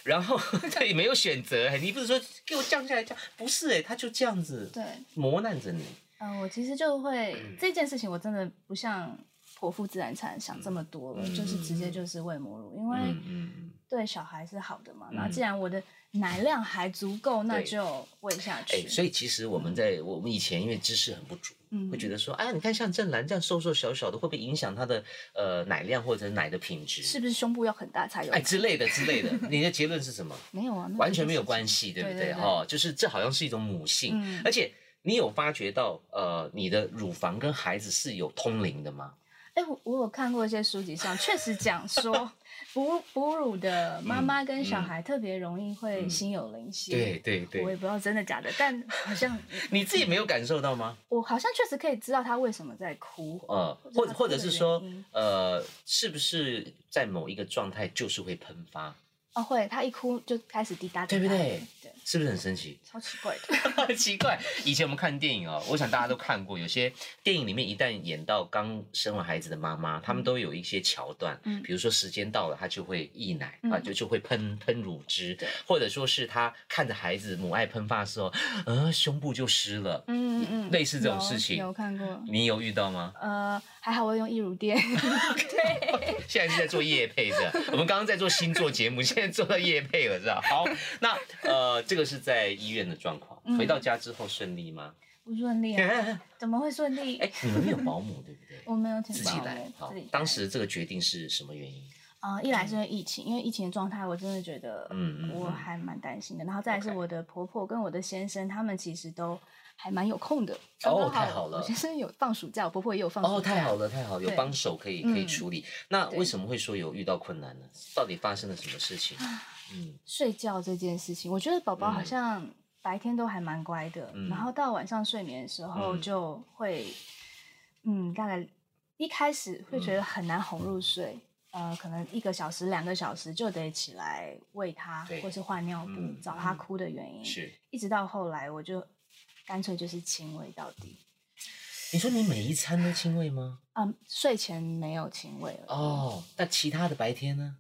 [SPEAKER 1] 然后对，没有选择哎，你不是说给我降下来降，不是哎，他就这样子
[SPEAKER 2] 对，
[SPEAKER 1] 磨难着你，
[SPEAKER 2] 嗯、我其实就
[SPEAKER 1] 嗯
[SPEAKER 2] 会这件事情，我真的不像剖腹自然产想这么多了，
[SPEAKER 1] 嗯
[SPEAKER 2] 就是直接就是喂母乳，因为。
[SPEAKER 1] 嗯嗯嗯。
[SPEAKER 2] 对小孩是好的嘛。
[SPEAKER 1] 嗯
[SPEAKER 2] 那既然我的奶量还足够，那
[SPEAKER 1] 对
[SPEAKER 2] 就喂下
[SPEAKER 1] 哎、
[SPEAKER 2] 去。
[SPEAKER 1] 所以其实我们在我们以前因为知识很不足，
[SPEAKER 2] 嗯
[SPEAKER 1] 会觉得说，哎呀，你看像郑兰这样瘦瘦小小的，会不会影响她的呃奶量或者奶的品质？
[SPEAKER 2] 是不是胸部要很大才有？
[SPEAKER 1] 哎之类的之类的，你的结论是什么？
[SPEAKER 2] 没有啊，
[SPEAKER 1] 完全没有
[SPEAKER 2] 系。
[SPEAKER 1] 关系，对不
[SPEAKER 2] 对对对
[SPEAKER 1] 哦，就是这好像是一种母性，
[SPEAKER 2] 嗯
[SPEAKER 1] 而且你有发觉到呃，你的乳房跟孩子是有通灵的吗？
[SPEAKER 2] 哎、我我有看过一些书籍上确实讲说，哺哺乳的妈妈跟小孩特别容易会心有灵犀。
[SPEAKER 1] 嗯对
[SPEAKER 2] 我也，不知道真的假的，但好像
[SPEAKER 1] 你自己没有感受到吗？
[SPEAKER 2] 我好像确实可以知道他为什么在哭。
[SPEAKER 1] 呃，或者
[SPEAKER 2] 或者它哭
[SPEAKER 1] 或
[SPEAKER 2] 的
[SPEAKER 1] 者是说
[SPEAKER 2] 原因，
[SPEAKER 1] 呃，是不是在某一个状态就是会喷发？
[SPEAKER 2] 哦，会，他一哭就开始滴答滴
[SPEAKER 1] 对
[SPEAKER 2] 答，
[SPEAKER 1] 不对？
[SPEAKER 2] 对，
[SPEAKER 1] 是不是很神奇？
[SPEAKER 2] 超奇怪 的。
[SPEAKER 1] 奇怪，以前我们看电影哦，我想大家都看过，有些电影里面一旦演到刚生完孩子的妈妈，他们都有一些桥段，
[SPEAKER 2] 嗯
[SPEAKER 1] 比如说时间到了，她就会溢奶、啊，
[SPEAKER 2] 嗯
[SPEAKER 1] 就就会喷喷乳汁
[SPEAKER 2] 对，
[SPEAKER 1] 或者说是她看着孩子母爱喷发的时候，呃，胸部就湿了，
[SPEAKER 2] 嗯嗯嗯，
[SPEAKER 1] 类似这种
[SPEAKER 2] 有
[SPEAKER 1] 事情
[SPEAKER 2] 有看过。
[SPEAKER 1] 你有遇到吗？
[SPEAKER 2] 呃，还好我用易乳垫。
[SPEAKER 1] 现在是在做夜配 的，我们刚刚在做星座节目，现在做到夜配了，是吧？好，那呃，这个是在医院的状况，
[SPEAKER 2] 嗯
[SPEAKER 1] 回到家之后顺利吗？
[SPEAKER 2] 不顺利 啊？
[SPEAKER 1] 哎，
[SPEAKER 2] 怎么会顺利？
[SPEAKER 1] 你们没有保姆对不对？
[SPEAKER 2] 我没有请
[SPEAKER 1] 自
[SPEAKER 2] 保
[SPEAKER 1] 己
[SPEAKER 2] 姆
[SPEAKER 1] 来。好
[SPEAKER 2] 自己来，
[SPEAKER 1] 当时这个决定是什么原因？
[SPEAKER 2] 呃，一来是因为疫情，因为疫情的状态，我真的觉得，
[SPEAKER 1] 嗯嗯嗯
[SPEAKER 2] 我还蛮担心的。然后再来是
[SPEAKER 1] OK
[SPEAKER 2] 我的婆婆跟我的先生，他们其实都还蛮有空的。
[SPEAKER 1] 哦
[SPEAKER 2] 刚刚
[SPEAKER 1] 太好了
[SPEAKER 2] 我先生有放暑假，我婆婆也有放暑假。
[SPEAKER 1] 哦，太好了，太好了，有
[SPEAKER 2] 对
[SPEAKER 1] 帮手可以可以
[SPEAKER 2] 嗯
[SPEAKER 1] 处理。那
[SPEAKER 2] 对
[SPEAKER 1] 为什么会说有遇到困难呢？到底发生了什么事情？
[SPEAKER 2] 啊
[SPEAKER 1] 嗯
[SPEAKER 2] 睡觉这件事情，我觉得宝宝好
[SPEAKER 1] 嗯
[SPEAKER 2] 像白天都还蛮乖的，
[SPEAKER 1] 嗯
[SPEAKER 2] 然后到晚上睡眠的时候
[SPEAKER 1] 嗯
[SPEAKER 2] 就会，嗯大概一开始会
[SPEAKER 1] 嗯
[SPEAKER 2] 觉得很难哄入睡，呃，可能一个小时、两个小时就得起来喂他
[SPEAKER 1] 对，
[SPEAKER 2] 或是换尿布，
[SPEAKER 1] 嗯
[SPEAKER 2] 找他
[SPEAKER 1] 嗯
[SPEAKER 2] 哭的原因。
[SPEAKER 1] 是。
[SPEAKER 2] 一直到后来，我就干脆就是亲喂到底。
[SPEAKER 1] 你说你每一餐都亲喂吗？
[SPEAKER 2] 嗯，睡前没有亲喂了，
[SPEAKER 1] 哦，那其他的白天呢？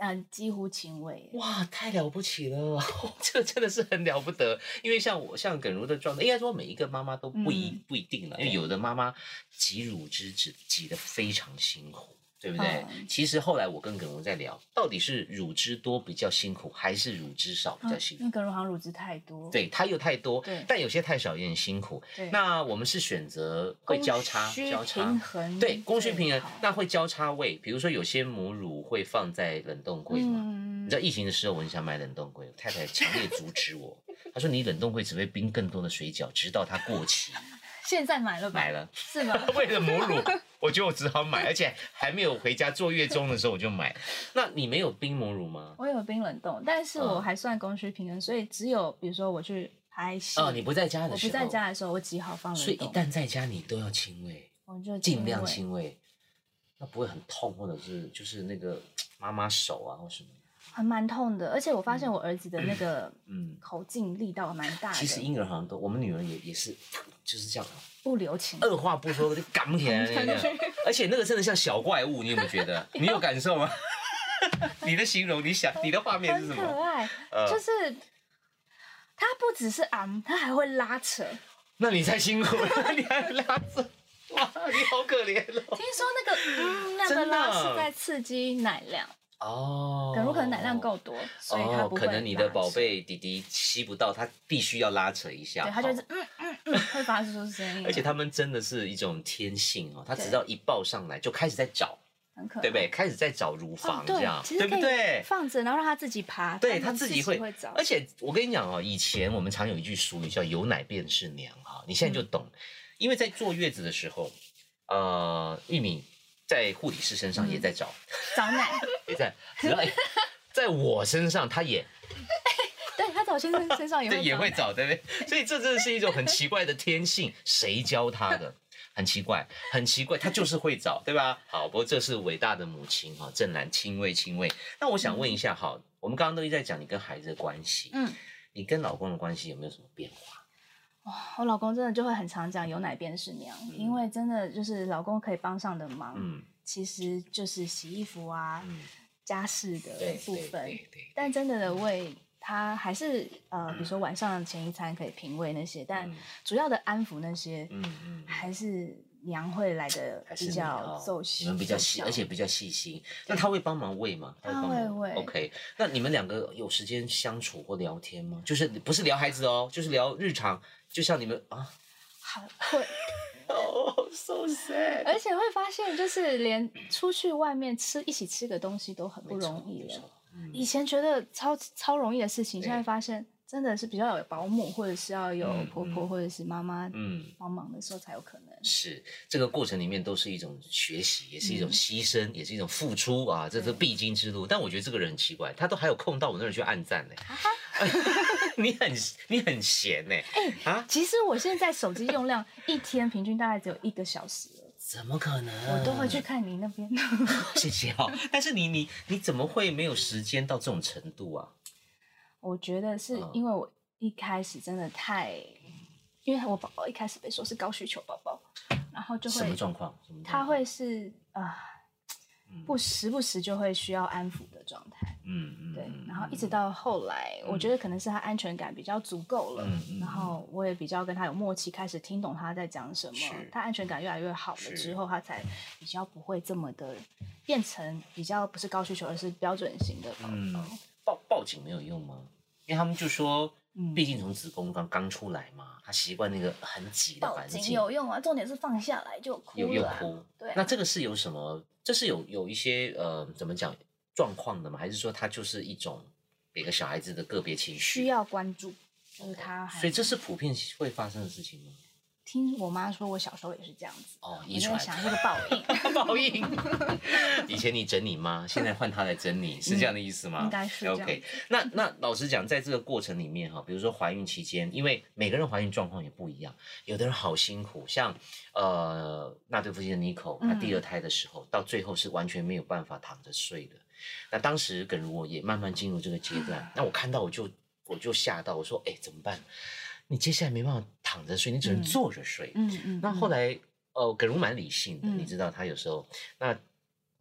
[SPEAKER 2] 嗯，几乎亲喂。
[SPEAKER 1] 哇，太了不起了！ 这真的是很了不得，因为像我像耿如的状态，应该说每一个妈妈都不一、
[SPEAKER 2] 嗯
[SPEAKER 1] 不一定了，因为
[SPEAKER 2] 对
[SPEAKER 1] 有的妈妈挤乳汁挤挤得非常辛苦，对不对？
[SPEAKER 2] 嗯
[SPEAKER 1] 其实后来我跟耿如在聊，到底是乳汁多比较辛苦，还是乳汁少比较辛苦？
[SPEAKER 2] 嗯那个乳糖乳汁太多，
[SPEAKER 1] 对，它又太多
[SPEAKER 2] 对，
[SPEAKER 1] 但有些太少也很辛苦。
[SPEAKER 2] 对，
[SPEAKER 1] 那我们是选择会交叉
[SPEAKER 2] 供需
[SPEAKER 1] 交叉
[SPEAKER 2] 平衡，
[SPEAKER 1] 对，供需平
[SPEAKER 2] 最
[SPEAKER 1] 衡
[SPEAKER 2] 好，
[SPEAKER 1] 那会交叉喂，比如说有些母乳会放在冷冻柜嘛。你
[SPEAKER 2] 嗯
[SPEAKER 1] 知道疫情的时候，我很想买冷冻柜，我太太强烈阻止我，她说你冷冻柜只会冰更多的水饺，直到它过期。
[SPEAKER 2] 现在买了吧？
[SPEAKER 1] 买了
[SPEAKER 2] 是吗？
[SPEAKER 1] 为了母乳，我觉得我只好买，而且还没有回家坐月中的时候我就买。那你没有冰母乳吗？
[SPEAKER 2] 我有冰冷冻，但是我
[SPEAKER 1] 嗯
[SPEAKER 2] 还算供需平衡，所以只有比如说我去拍戏，
[SPEAKER 1] 哦，你不在家
[SPEAKER 2] 我
[SPEAKER 1] 的时
[SPEAKER 2] 不
[SPEAKER 1] 候，
[SPEAKER 2] 在，家的时候，我只好放
[SPEAKER 1] 所以
[SPEAKER 2] 冷
[SPEAKER 1] 一
[SPEAKER 2] 冻，
[SPEAKER 1] 旦在家你都要亲喂，
[SPEAKER 2] 我就
[SPEAKER 1] 尽量
[SPEAKER 2] 亲喂，
[SPEAKER 1] 亲喂，那不会很痛，或者是就是那个妈妈手啊或什么。
[SPEAKER 2] 还蛮痛的。而且我发现我儿子的那个
[SPEAKER 1] 嗯
[SPEAKER 2] 口径力道蛮大
[SPEAKER 1] 其实
[SPEAKER 2] 的，
[SPEAKER 1] 婴儿好像都，我们女儿也也是，就是这样，啊
[SPEAKER 2] 不留情。
[SPEAKER 1] 二话不说就扛起来那 个，而且那个真的像小怪物，你有没有觉 得？你有感受吗？ 你的形容，你想你的画面是
[SPEAKER 2] 哦很
[SPEAKER 1] 什
[SPEAKER 2] 可
[SPEAKER 1] 么？
[SPEAKER 2] 爱，
[SPEAKER 1] 呃
[SPEAKER 2] 就是他不只是昂，他还会拉扯。
[SPEAKER 1] 那你太辛苦了，你还拉 着，哇，你好可怜哦。
[SPEAKER 2] 听说 那个、嗯、那个
[SPEAKER 1] 真的啊
[SPEAKER 2] 拉是在刺激奶量，
[SPEAKER 1] 哦
[SPEAKER 2] 可如可能奶量。够多，所以他
[SPEAKER 1] 哦，
[SPEAKER 2] 不会、
[SPEAKER 1] 可能你的宝，贝弟弟吸不到，他必须要拉扯一下。
[SPEAKER 2] 对，他就是
[SPEAKER 1] 好
[SPEAKER 2] 嗯嗯嗯，会发出声音，
[SPEAKER 1] 而且他们真的是一种天性哦，他只
[SPEAKER 2] 对
[SPEAKER 1] 要一抱上来就开始在找，
[SPEAKER 2] 很可爱，
[SPEAKER 1] 对不对？？开始在找乳
[SPEAKER 2] 哦
[SPEAKER 1] 房，这
[SPEAKER 2] 对
[SPEAKER 1] 样，，
[SPEAKER 2] 其实
[SPEAKER 1] 不
[SPEAKER 2] 可
[SPEAKER 1] 对
[SPEAKER 2] 以？放着，然后让他自己爬，
[SPEAKER 1] 对他
[SPEAKER 2] 他们
[SPEAKER 1] 自
[SPEAKER 2] 自
[SPEAKER 1] 己会
[SPEAKER 2] 会，会找
[SPEAKER 1] 而。且我跟你讲哦，以前我们常有一句俗语叫“有奶便是娘”哈，你现在就懂，
[SPEAKER 2] 嗯
[SPEAKER 1] 因为在坐月子的时候，呃，玉米在护理师身
[SPEAKER 2] 嗯
[SPEAKER 1] 上也在找，
[SPEAKER 2] 找奶，
[SPEAKER 1] 也在，只 要哎在我身上他也
[SPEAKER 2] 对他找先生身上也
[SPEAKER 1] 对
[SPEAKER 2] 会
[SPEAKER 1] 也
[SPEAKER 2] 哎找
[SPEAKER 1] 会
[SPEAKER 2] 奶，
[SPEAKER 1] 找，对不对？所以这真的是一种很奇怪的天性， 谁教他的？很奇怪，很奇怪，他就是会找，对 吧？好，不过这是伟大的母亲哈，正兰亲喂亲喂。那我想问一下哈，我们刚刚都一直在讲你跟孩子的关系，
[SPEAKER 2] 嗯，
[SPEAKER 1] 你跟老公的关系有没有什么变化？
[SPEAKER 2] 我老公真的就会很常讲有奶便是娘，因为真的就是老公可以帮上的忙，
[SPEAKER 1] 嗯
[SPEAKER 2] 其实就是洗衣服啊、
[SPEAKER 1] 嗯，
[SPEAKER 2] 家事
[SPEAKER 1] 对
[SPEAKER 2] 的部
[SPEAKER 1] 对
[SPEAKER 2] 分，
[SPEAKER 1] 对嗯对，
[SPEAKER 2] 但真正的喂他还是呃，比如说晚上前一餐可以平喂那些，但
[SPEAKER 1] 嗯
[SPEAKER 2] 主要的安抚那些
[SPEAKER 1] 嗯嗯，
[SPEAKER 2] 还是娘会来的
[SPEAKER 1] 还是
[SPEAKER 2] 比
[SPEAKER 1] 你
[SPEAKER 2] 较
[SPEAKER 1] 哦
[SPEAKER 2] 奏效，
[SPEAKER 1] 你们比较细，而且比较细心。那他会帮忙喂吗？
[SPEAKER 2] 他
[SPEAKER 1] 帮忙
[SPEAKER 2] 会喂
[SPEAKER 1] OK，那你们两个有时间相处或聊天吗？就是不是聊孩子哦，就是聊日常，就像你们啊。
[SPEAKER 2] 好会，
[SPEAKER 1] Oh, so sad。
[SPEAKER 2] 而且会发现就是连出去外面吃一起吃个东西都很不容
[SPEAKER 1] 嗯
[SPEAKER 2] 易
[SPEAKER 1] 没错嗯
[SPEAKER 2] 了。。以前觉得超超容易的事情，
[SPEAKER 1] 对
[SPEAKER 2] 现在发现真的是比较有保姆或者是要有
[SPEAKER 1] 嗯
[SPEAKER 2] 婆
[SPEAKER 1] 嗯
[SPEAKER 2] 婆或者是妈妈
[SPEAKER 1] 嗯，
[SPEAKER 2] 帮忙的时候才有可能。
[SPEAKER 1] 是这个过程里面都是一种学习，也是一种
[SPEAKER 2] 嗯
[SPEAKER 1] 牺牲，也是一种付出啊，这是
[SPEAKER 2] 对
[SPEAKER 1] 必经之路。但我觉得这个人很奇怪，他都还有空到我那儿去暗赞呢。
[SPEAKER 2] 啊
[SPEAKER 1] 你很你很闲呢、啊？
[SPEAKER 2] 其实我现在手机用量一天平均大概只有一个小时了，
[SPEAKER 1] 怎么可能？
[SPEAKER 2] 我都会去，看你那边。
[SPEAKER 1] 谢谢哦。但是你你你怎么会没有时间到这种程度啊？
[SPEAKER 2] 我觉得是
[SPEAKER 1] 嗯
[SPEAKER 2] 因为我一开始真的太，因为我宝宝一开始被说是高需求宝宝，然后就
[SPEAKER 1] 什么
[SPEAKER 2] 会
[SPEAKER 1] 状嗯况？什么状
[SPEAKER 2] 他
[SPEAKER 1] 况
[SPEAKER 2] 会是啊、不时不时就会需要安抚的状态，
[SPEAKER 1] 嗯嗯
[SPEAKER 2] 对
[SPEAKER 1] 嗯。
[SPEAKER 2] 然后一直到后来，我觉得可能是他安全感比较足够了，
[SPEAKER 1] 嗯嗯
[SPEAKER 2] 然后我也比较跟他有默契，开始听懂他在讲什么
[SPEAKER 1] 是。
[SPEAKER 2] 他安全感越来越好了
[SPEAKER 1] 是
[SPEAKER 2] 之后，他才比较不会这么的变成比较不是高需求，而是标准型的宝
[SPEAKER 1] 嗯
[SPEAKER 2] 宝。
[SPEAKER 1] 报报警没有用吗？因为他们就说，
[SPEAKER 2] 嗯
[SPEAKER 1] 毕竟从子宫刚刚出来嘛，他习惯那个很挤的
[SPEAKER 2] 报
[SPEAKER 1] 环
[SPEAKER 2] 警
[SPEAKER 1] 境，
[SPEAKER 2] 有用啊，重点是放下来就哭
[SPEAKER 1] 有有
[SPEAKER 2] 了啊、
[SPEAKER 1] 哭。
[SPEAKER 2] 对啊
[SPEAKER 1] 那这个是有什么？这是有有一些呃，怎么讲状况的吗？还是说他就是一种每个小孩子的个别情绪？
[SPEAKER 2] 需要关注，就是他还
[SPEAKER 1] 所以这是普遍会发生的事情吗？
[SPEAKER 2] 听我妈说，我小时候也是这样子。
[SPEAKER 1] 哦，
[SPEAKER 2] 我
[SPEAKER 1] 遗
[SPEAKER 2] 在
[SPEAKER 1] 传
[SPEAKER 2] 想这个报应，
[SPEAKER 1] 报 应。以前你整你妈，现在换她来整你，是这样的意思吗？
[SPEAKER 2] 应该是这样
[SPEAKER 1] OK，那那老实讲，在这个过程里面哈，比如说怀孕期间，因为每个人怀孕状况也不一样，有的人好辛苦，像呃那对夫妻的 Nico，他
[SPEAKER 2] 嗯
[SPEAKER 1] 第二胎的时候，到最后是完全没有办法躺着睡的。那当时耿如我也慢慢进入这个阶 段，那我看到我就我就吓到，我说哎怎么办？你接下来没办法躺着睡，你只能
[SPEAKER 2] 嗯
[SPEAKER 1] 坐着睡。
[SPEAKER 2] 嗯嗯。
[SPEAKER 1] 那后来，呃，耿如蛮理性的，
[SPEAKER 2] 嗯
[SPEAKER 1] 你知道，他有时候，那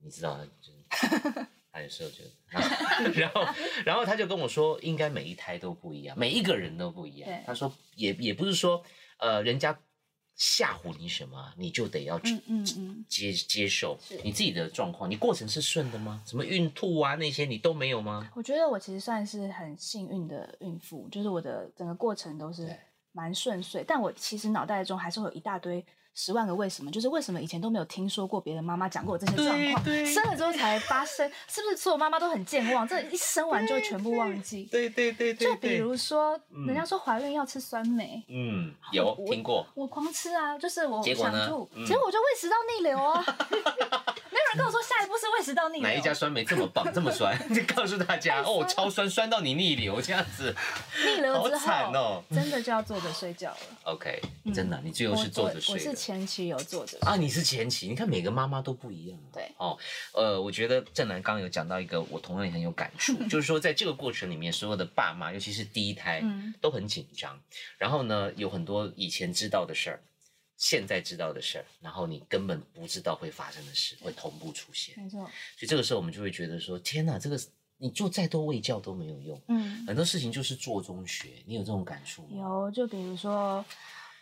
[SPEAKER 1] 你知道啊，就是 他有时候就，然后， 然后他就跟我说，应该每一胎都不一样，每一个人都不一样
[SPEAKER 2] 对。
[SPEAKER 1] 他说也也不是说，呃，人家吓唬你什么，你就得要去
[SPEAKER 2] 嗯嗯嗯，
[SPEAKER 1] 接接受
[SPEAKER 2] 是
[SPEAKER 1] 你自己的状况。你过程是顺的吗？什么孕吐啊那些你都没有吗？
[SPEAKER 2] 我觉得我其实算是很幸运的孕妇，就是我的整个过程都是
[SPEAKER 1] 对
[SPEAKER 2] 蛮顺遂，但我其实脑袋中还是会有一大堆十万个为什么，就是为什么以前都没有听说过别的妈妈讲过我这些状况，
[SPEAKER 1] 对对
[SPEAKER 2] 生了之后才发生，是不是所有妈妈都很健忘？这一生完就全部忘记。
[SPEAKER 1] 对对对
[SPEAKER 2] 就比，如说，
[SPEAKER 1] 嗯
[SPEAKER 2] 人家说怀孕要吃酸梅，
[SPEAKER 1] 嗯，有
[SPEAKER 2] 我
[SPEAKER 1] 听过，
[SPEAKER 2] 我狂吃啊，就是我
[SPEAKER 1] 结果
[SPEAKER 2] 想
[SPEAKER 1] 呢
[SPEAKER 2] 吐，
[SPEAKER 1] 嗯
[SPEAKER 2] 结果我就胃食道逆流啊。 没有人跟我说下一步是胃食道逆流，
[SPEAKER 1] 哪一家酸梅这么棒，这么酸？ 就告诉大家哦，
[SPEAKER 2] 太酸了
[SPEAKER 1] 超酸，酸到你逆流这样子。
[SPEAKER 2] 逆流之
[SPEAKER 1] 好惨
[SPEAKER 2] 后，
[SPEAKER 1] 哦。
[SPEAKER 2] 真的就要坐着睡觉了。
[SPEAKER 1] OK，
[SPEAKER 2] 嗯
[SPEAKER 1] 真的，你最后是坐着
[SPEAKER 2] 我
[SPEAKER 1] 睡
[SPEAKER 2] 是
[SPEAKER 1] 的。
[SPEAKER 2] 前期有坐着睡，
[SPEAKER 1] 啊，你是前期，你看每个妈妈都不一样、啊。
[SPEAKER 2] 对
[SPEAKER 1] 哦，呃，我觉得正南刚刚有讲到一个，我同样也很有感 触，就是说在这个过程里面，所有的爸妈，尤其是第一胎，
[SPEAKER 2] 嗯
[SPEAKER 1] 都很紧张。然后呢，有很多以前知道的事儿，现在知道的事儿，然后你根本不知道会发生的事，会同步出现。
[SPEAKER 2] 没错，
[SPEAKER 1] 所以这个时候我们就会觉得说，天哪，这个你做再多卫教都没有用，
[SPEAKER 2] 嗯，
[SPEAKER 1] 很多事情就是做中学，你有这种感触吗？
[SPEAKER 2] 有就比如说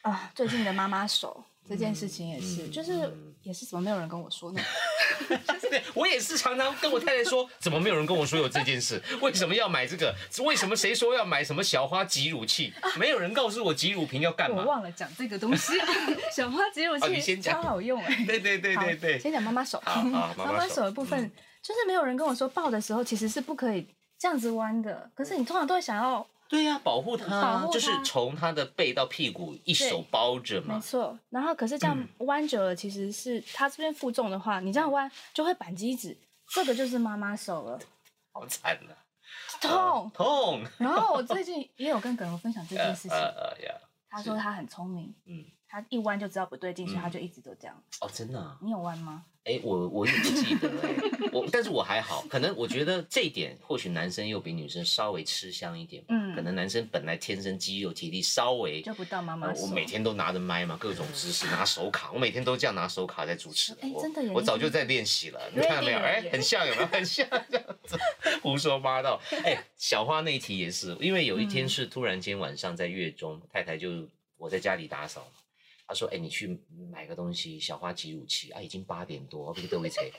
[SPEAKER 2] 啊，最近的妈妈手这件事情也是，
[SPEAKER 1] 嗯
[SPEAKER 2] 就是
[SPEAKER 1] 嗯
[SPEAKER 2] 也是怎么没有人跟我说呢？
[SPEAKER 1] 对，我也是常常跟我太太说，怎么没有人跟我说有这件事？为什么要买这个？为什么谁说要买什么小花挤乳器？没有人告诉我挤乳瓶要干
[SPEAKER 2] 我
[SPEAKER 1] 嘛？
[SPEAKER 2] 忘了 讲这个东西，小花挤乳
[SPEAKER 1] 哦你
[SPEAKER 2] 器
[SPEAKER 1] 先讲
[SPEAKER 2] 超好用哎。
[SPEAKER 1] 对 对对
[SPEAKER 2] 好
[SPEAKER 1] 对对，
[SPEAKER 2] 先讲妈妈手，
[SPEAKER 1] 好好妈妈
[SPEAKER 2] 妈
[SPEAKER 1] 手嗯
[SPEAKER 2] 手的部分、就是没有人跟我说抱的时候其实是不可以这样子弯的，可是你通常都会想要，
[SPEAKER 1] 对呀、保护它啊，
[SPEAKER 2] 保护它
[SPEAKER 1] 就是从它的背到屁股一手包着
[SPEAKER 2] 没
[SPEAKER 1] 嘛。
[SPEAKER 2] 错，然后可是
[SPEAKER 1] 嗯
[SPEAKER 2] 这样弯久了，其实是它这边负重的话，你这样弯就会扳机指，这个就是妈妈手了，
[SPEAKER 1] 好惨呐、
[SPEAKER 2] 痛。
[SPEAKER 1] 痛！
[SPEAKER 2] 然后我最近也有跟耿柔分享这
[SPEAKER 1] 呃
[SPEAKER 2] 件事情
[SPEAKER 1] 呃，呃呀，
[SPEAKER 2] 他说他很聪明，
[SPEAKER 1] 嗯，
[SPEAKER 2] 他一弯就知道不对劲，所以
[SPEAKER 1] 嗯
[SPEAKER 2] 他就一直都这样。
[SPEAKER 1] 哦，真的、啊。
[SPEAKER 2] 你有弯吗？
[SPEAKER 1] 哎，我我也不记得哎，我但是我还好，可能我觉得这一点或许男生又比女生稍微吃香一点吧，
[SPEAKER 2] 嗯
[SPEAKER 1] 可能男生本来天生肌肉体力稍微
[SPEAKER 2] 就不到妈妈
[SPEAKER 1] 呃
[SPEAKER 2] 手。
[SPEAKER 1] 我每天都拿着麦嘛，各种姿势，拿手卡，我每天都这样拿手卡在主持了。
[SPEAKER 2] 哎
[SPEAKER 1] 我
[SPEAKER 2] 真的耶
[SPEAKER 1] 我
[SPEAKER 2] 你
[SPEAKER 1] 早
[SPEAKER 2] 真
[SPEAKER 1] 就
[SPEAKER 2] 的
[SPEAKER 1] 在练习了，你看到没有？
[SPEAKER 2] Ready 了
[SPEAKER 1] 哎
[SPEAKER 2] 耶，
[SPEAKER 1] 很像有 没有？很像这样子，胡说八道。哎，小花那一题也是，因为有一天
[SPEAKER 2] 嗯
[SPEAKER 1] 是突然间晚上在月中，太太就我在家里打扫嘛，她说：“哎，你去买个东西，小花挤乳器啊，已经八点多，不是都会催。”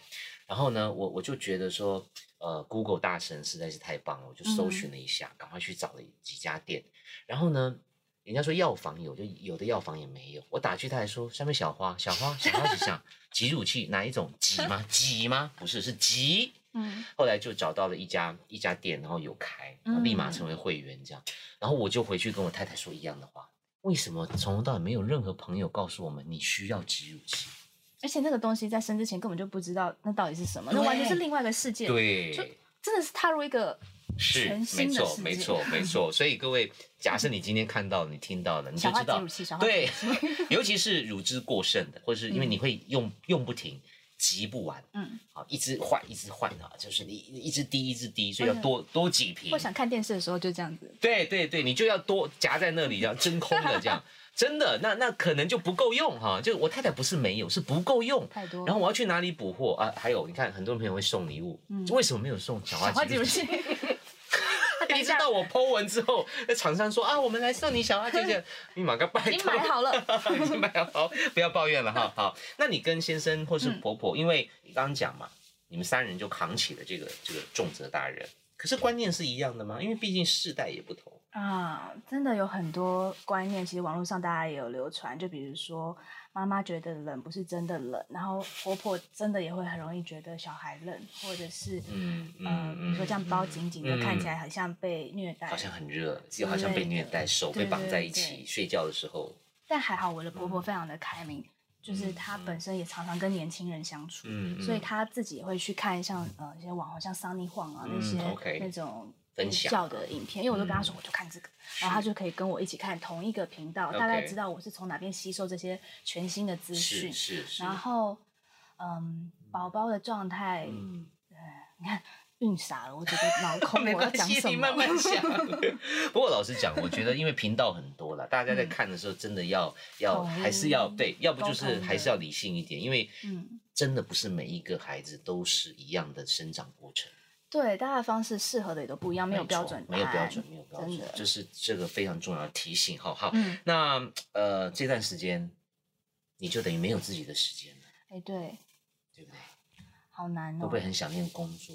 [SPEAKER 1] 然后呢，我我就觉得说，呃，Google 大神实在是太棒了，我就搜寻了一下，赶快去找了几家店。然后呢，人家说药房有，就有的药房也没有。我打去，他还说上面小花，小花，小花几下挤乳器哪一种？挤吗？挤吗？不是，是挤。
[SPEAKER 2] 嗯，
[SPEAKER 1] 后来就找到了一家一家店，然后有开，然后立马成为会员这样。然后我就回去跟我太太说一样的话。为什么从头到尾没有任何朋友告诉我们你需要挤乳器？
[SPEAKER 2] 而且那个东西在生之前根本就不知道那到底是什么，那
[SPEAKER 1] 对
[SPEAKER 2] 完全是另外一个世界。，就
[SPEAKER 1] 对，
[SPEAKER 2] 真的是踏入一个
[SPEAKER 1] 是
[SPEAKER 2] 全
[SPEAKER 1] 没
[SPEAKER 2] 新的
[SPEAKER 1] 错，
[SPEAKER 2] 世
[SPEAKER 1] 没
[SPEAKER 2] 界
[SPEAKER 1] 错，没错。所以各位，假设你今天看到了，你听到了，你就
[SPEAKER 2] 小花
[SPEAKER 1] 知
[SPEAKER 2] 挤
[SPEAKER 1] 道
[SPEAKER 2] 乳，器，小花挤
[SPEAKER 1] 对， 尤其是乳汁过剩的，或者是因为你会用用不停，急不完，
[SPEAKER 2] 嗯，
[SPEAKER 1] 好，一直换，一直换啊，就是你一直滴，一直滴，所以要
[SPEAKER 2] 或者
[SPEAKER 1] 多多几瓶
[SPEAKER 2] 嗯或。想看电视的时候就这样子。
[SPEAKER 1] 对对对，你就要多夹在那里，这样真空的 这样，真的，那那可能就不够用哈。就我太太不是没有，是不够用。
[SPEAKER 2] 太多。
[SPEAKER 1] 然后我要去哪里补货啊？还有，你看很多朋友会送礼物，
[SPEAKER 2] 嗯
[SPEAKER 1] 为什么没有送小
[SPEAKER 2] 小花
[SPEAKER 1] 花
[SPEAKER 2] 挤
[SPEAKER 1] 鸡
[SPEAKER 2] 乳器，
[SPEAKER 1] 一直到我 Po 文之后，那厂商说啊，我们来送你小花姐 姐，你马个拜托，
[SPEAKER 2] 已经买好了，
[SPEAKER 1] 已经买好，不要抱怨了 哈。好，那你跟先生或是
[SPEAKER 2] 嗯
[SPEAKER 1] 婆婆，因为你刚刚讲嘛，你们三人就扛起了这个这个重责大人，可是观念是一样的吗？因为毕竟世代也不同。
[SPEAKER 2] 啊，真的有很多观念，其实网络上大家也有流传，就比如说妈妈觉得冷不是真的冷，然后婆婆真的也会很容易觉得小孩冷，或者是
[SPEAKER 1] 嗯
[SPEAKER 2] 呃，
[SPEAKER 1] 嗯
[SPEAKER 2] 比如说这样包紧紧的，
[SPEAKER 1] 嗯
[SPEAKER 2] 看起来很像被虐待
[SPEAKER 1] 好。像很热，又好像
[SPEAKER 2] 之类
[SPEAKER 1] 被虐
[SPEAKER 2] 的
[SPEAKER 1] 待，手被
[SPEAKER 2] 对
[SPEAKER 1] 绑
[SPEAKER 2] 对
[SPEAKER 1] 在一
[SPEAKER 2] 对
[SPEAKER 1] 起，睡觉的时候，
[SPEAKER 2] 但还好我的
[SPEAKER 1] 嗯
[SPEAKER 2] 婆婆非常的开明，就是她本身也常常跟年轻人相处，
[SPEAKER 1] 嗯，
[SPEAKER 2] 所以
[SPEAKER 1] 嗯
[SPEAKER 2] 她自己也会去看像呃一些网红像桑尼晃啊
[SPEAKER 1] 嗯
[SPEAKER 2] 那些、
[SPEAKER 1] OK
[SPEAKER 2] 那种。
[SPEAKER 1] 分
[SPEAKER 2] 比
[SPEAKER 1] 享
[SPEAKER 2] 较的影片，因为我都跟她说
[SPEAKER 1] 嗯
[SPEAKER 2] 我就看这个，然后她就可以跟我一起看同一个频道，大概
[SPEAKER 1] OK
[SPEAKER 2] 知道我是从哪边吸收这些全新的资
[SPEAKER 1] 是
[SPEAKER 2] 讯。
[SPEAKER 1] 是是，
[SPEAKER 2] 然后，嗯，宝宝的状态，
[SPEAKER 1] 嗯，
[SPEAKER 2] 你看晕傻了，我觉得 脑空，
[SPEAKER 1] 没
[SPEAKER 2] 我要
[SPEAKER 1] 关
[SPEAKER 2] 讲
[SPEAKER 1] 系，
[SPEAKER 2] 什
[SPEAKER 1] 你
[SPEAKER 2] 么？
[SPEAKER 1] 慢慢想。 不过老实讲，我觉得因为频道很多了，大家在
[SPEAKER 2] 嗯
[SPEAKER 1] 看的时候真的要 要
[SPEAKER 2] 统一
[SPEAKER 1] 还是要对，要不就
[SPEAKER 2] 沟
[SPEAKER 1] 是
[SPEAKER 2] 通的
[SPEAKER 1] 还是要理性一点，因为
[SPEAKER 2] 嗯
[SPEAKER 1] 真的不是每一个孩子都是一样的生长过程，
[SPEAKER 2] 对，大家的方式适合的也都不一样，没有标
[SPEAKER 1] 错
[SPEAKER 2] 准答
[SPEAKER 1] 没
[SPEAKER 2] 案，
[SPEAKER 1] 有标准，没有标准
[SPEAKER 2] 真的，
[SPEAKER 1] 就是这个非常重要的提醒。好好，
[SPEAKER 2] 嗯，
[SPEAKER 1] 那呃这段时间你就等于没有自己的时间了，
[SPEAKER 2] 哎，对，
[SPEAKER 1] 对不对？
[SPEAKER 2] 好难
[SPEAKER 1] 会
[SPEAKER 2] 哦
[SPEAKER 1] 不。会很想念工作？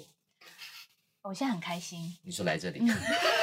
[SPEAKER 2] 我现在很开心，
[SPEAKER 1] 你说来这里
[SPEAKER 2] 嗯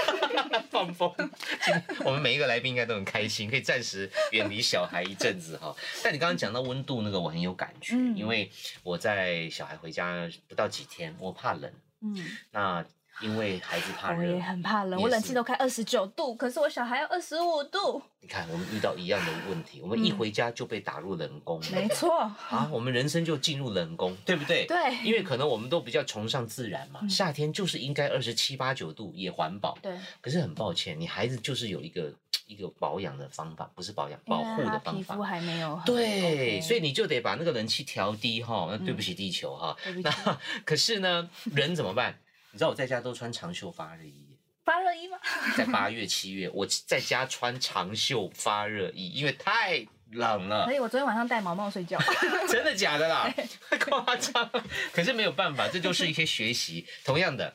[SPEAKER 1] 放风，今天我们每一个来宾应该都很开心，可以暂时远离小孩一阵子哈。但你刚刚讲到温度那个，我很有感觉，
[SPEAKER 2] 嗯
[SPEAKER 1] 因为我在小孩回家不到几天，我怕冷，
[SPEAKER 2] 嗯，
[SPEAKER 1] 那因为孩子怕
[SPEAKER 2] 我
[SPEAKER 1] 热
[SPEAKER 2] 也，很怕冷，
[SPEAKER 1] 你
[SPEAKER 2] 我
[SPEAKER 1] 也
[SPEAKER 2] 冷
[SPEAKER 1] 是
[SPEAKER 2] 气都开二十九度，可是我小孩要二十五 度，
[SPEAKER 1] 你看我们遇到一样的问题，我们一
[SPEAKER 2] 嗯
[SPEAKER 1] 回家就被打入冷宫了
[SPEAKER 2] 没错，
[SPEAKER 1] 啊，我们人生就进入冷宫，对不对？
[SPEAKER 2] 对
[SPEAKER 1] 因为可能我们都比较崇尚自然嘛，
[SPEAKER 2] 嗯
[SPEAKER 1] 夏天就是应该二十七八九度，也环保。
[SPEAKER 2] 对，
[SPEAKER 1] 可是很抱歉，你孩子就是有一个一个保养的方法，不是保养，
[SPEAKER 2] 因
[SPEAKER 1] 保
[SPEAKER 2] 为
[SPEAKER 1] 护的
[SPEAKER 2] 他
[SPEAKER 1] 方
[SPEAKER 2] 哎皮肤
[SPEAKER 1] 法。
[SPEAKER 2] 还没有很
[SPEAKER 1] 对
[SPEAKER 2] OK 嗯
[SPEAKER 1] 所以你就得把那个人气调低哈，那对不起地球哈。
[SPEAKER 2] 对不起，
[SPEAKER 1] 那可是呢，人怎么办？你知道我在家都穿长袖发热衣，
[SPEAKER 2] 发热衣吗？
[SPEAKER 1] 在八月、七月，我在家穿长袖发热衣，因为太冷了
[SPEAKER 2] 所，以我昨天晚上戴毛毛睡觉，
[SPEAKER 1] 真的假的啦？
[SPEAKER 2] 哎
[SPEAKER 1] 夸张。可是没有办法，这就是一些学习。同样的，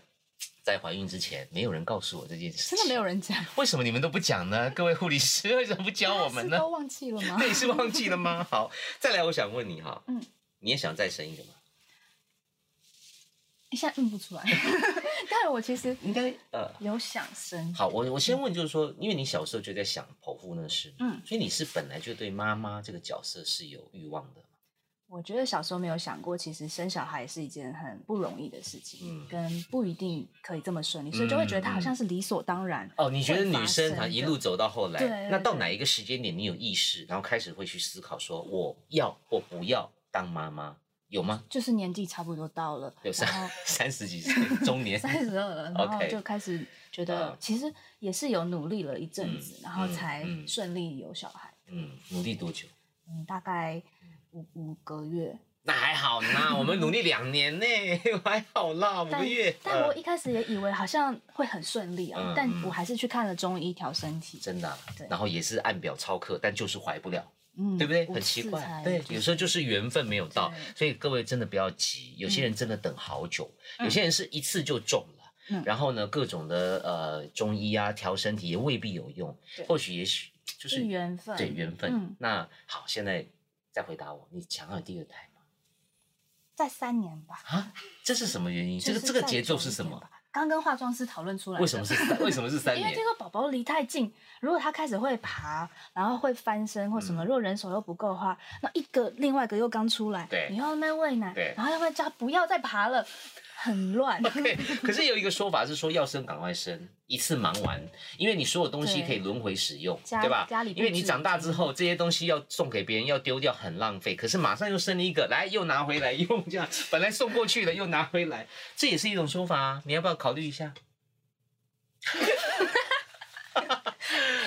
[SPEAKER 1] 在怀孕之前，没有人告诉我这件事情，
[SPEAKER 2] 真的没有人讲，
[SPEAKER 1] 为什么你们都不讲呢？各位护理师为什么不教我们
[SPEAKER 2] 啊是
[SPEAKER 1] 呢？
[SPEAKER 2] 都忘记了吗
[SPEAKER 1] 那？你是忘记了 吗？好，再来，我想问你哈，
[SPEAKER 2] 嗯，
[SPEAKER 1] 你也想再生一个吗？
[SPEAKER 2] 一下印不出来， 但我其实
[SPEAKER 1] 应该呃，
[SPEAKER 2] 有想生，
[SPEAKER 1] 好，我我先问，就是说，因为你小时候就在想剖腹那个事，
[SPEAKER 2] 嗯，
[SPEAKER 1] 所以你是本来就对妈妈这个角色是有欲望的吗，
[SPEAKER 2] 我觉得小时候没有想过，其实生小孩是一件很不容易的事情，
[SPEAKER 1] 嗯
[SPEAKER 2] 跟不一定可以这么顺利，所以就会觉得它好像是理所当然。
[SPEAKER 1] 哦，你觉得女生
[SPEAKER 2] 会
[SPEAKER 1] 啊
[SPEAKER 2] 发生
[SPEAKER 1] 一路走到后
[SPEAKER 2] 对
[SPEAKER 1] 来，
[SPEAKER 2] 对
[SPEAKER 1] 那到
[SPEAKER 2] 对
[SPEAKER 1] 哪一个时间点你有意识，然后开始会去思考说我要或不要当妈妈，有吗？
[SPEAKER 2] 就是年纪差不多到了，
[SPEAKER 1] 有
[SPEAKER 2] 然后
[SPEAKER 1] 三三十几岁中年
[SPEAKER 2] 三十二了，然后
[SPEAKER 1] OK
[SPEAKER 2] 就开始觉得
[SPEAKER 1] 嗯
[SPEAKER 2] 其实也是有努力了一阵子
[SPEAKER 1] 嗯，
[SPEAKER 2] 然后
[SPEAKER 1] 嗯
[SPEAKER 2] 才
[SPEAKER 1] 嗯
[SPEAKER 2] 顺利有小孩。
[SPEAKER 1] 嗯，努力多久？
[SPEAKER 2] 嗯，大概五五个月，
[SPEAKER 1] 那还好呢，我们努力两年呢， 还好啦，五个
[SPEAKER 2] 但
[SPEAKER 1] 月。
[SPEAKER 2] 但我
[SPEAKER 1] 呃
[SPEAKER 2] 一开始也以为好像会很顺利
[SPEAKER 1] 嗯
[SPEAKER 2] 啊，但
[SPEAKER 1] 嗯
[SPEAKER 2] 我还是去看了中医调身体，
[SPEAKER 1] 真的啊、
[SPEAKER 2] 对
[SPEAKER 1] 然后也是按表操课，但就是怀不了，
[SPEAKER 2] 嗯，
[SPEAKER 1] 对不对？
[SPEAKER 2] 五
[SPEAKER 1] 很奇
[SPEAKER 2] 次
[SPEAKER 1] 怪，
[SPEAKER 2] 才
[SPEAKER 1] 对，
[SPEAKER 2] 就
[SPEAKER 1] 有时候就是缘分没有到，
[SPEAKER 2] 对
[SPEAKER 1] 所以各位真的不要急，有些人真的等好久，有些人是一次就中了。
[SPEAKER 2] 嗯
[SPEAKER 1] 然后呢，各种的呃中医啊调身体也未必有用，
[SPEAKER 2] 对
[SPEAKER 1] 或许也许就是
[SPEAKER 2] 是缘分，
[SPEAKER 1] 对缘分。
[SPEAKER 2] 嗯
[SPEAKER 1] 那好，现在再回答我，你想要有第二胎吗？
[SPEAKER 2] 在三年吧。
[SPEAKER 1] 啊，这是什么原因？这个
[SPEAKER 2] 就
[SPEAKER 1] 这
[SPEAKER 2] 是
[SPEAKER 1] 个
[SPEAKER 2] 再
[SPEAKER 1] 节奏
[SPEAKER 2] 久
[SPEAKER 1] 是
[SPEAKER 2] 一
[SPEAKER 1] 什
[SPEAKER 2] 点
[SPEAKER 1] 么？
[SPEAKER 2] 吧？刚跟化妆师讨论出来的。
[SPEAKER 1] 为什么 是三？为什么是三
[SPEAKER 2] 因为
[SPEAKER 1] 年
[SPEAKER 2] 这？个宝宝离太近，如果他开始会爬，然后会翻身或
[SPEAKER 1] 嗯
[SPEAKER 2] 什么，如果人手又不够的话，那一个另外一个又刚出来，
[SPEAKER 1] 对
[SPEAKER 2] 你要在那边喂奶
[SPEAKER 1] 对，
[SPEAKER 2] 然后又会叫他不要再爬了，很乱。
[SPEAKER 1] 对，可是有一个说法是说要生赶快生，一次忙完，因为你所有东西
[SPEAKER 2] 对
[SPEAKER 1] 可以轮回使用，
[SPEAKER 2] 家
[SPEAKER 1] 对吧？
[SPEAKER 2] 家里布
[SPEAKER 1] 因为你
[SPEAKER 2] 置
[SPEAKER 1] 长大之后这些东西要送给别人要丢掉很浪费，可是马上又生了一个来又拿回来用，这样本来送过去了又拿回来，这也是一种说法啊，你要不要考虑一下？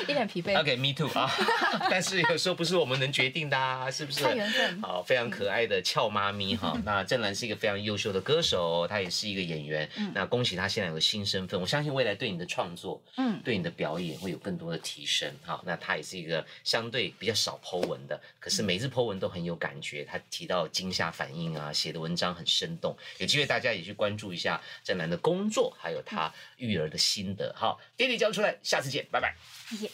[SPEAKER 2] 一脸疲惫，
[SPEAKER 1] OK，me、too 啊， 但是有时候不是我们能决定的、啊，是不是？
[SPEAKER 2] 看缘分
[SPEAKER 1] 好，非常可爱的俏妈咪
[SPEAKER 2] 嗯
[SPEAKER 1] 哈。那郑兰是一个非常优秀的歌手，她也是一个演员。那恭喜她现在有个新身份，我相信未来对你的创作，
[SPEAKER 2] 嗯
[SPEAKER 1] 对你的表演会有更多的提升哈。那她也是一个相对比较少 Po 文的，可是每次 Po 文都很有感觉。她提到惊吓反应啊，写的文章很生动，有机会大家也去关注一下郑兰的工作，还有她育儿的心得。好，爹地教出来，下次见，拜拜。
[SPEAKER 2] 耶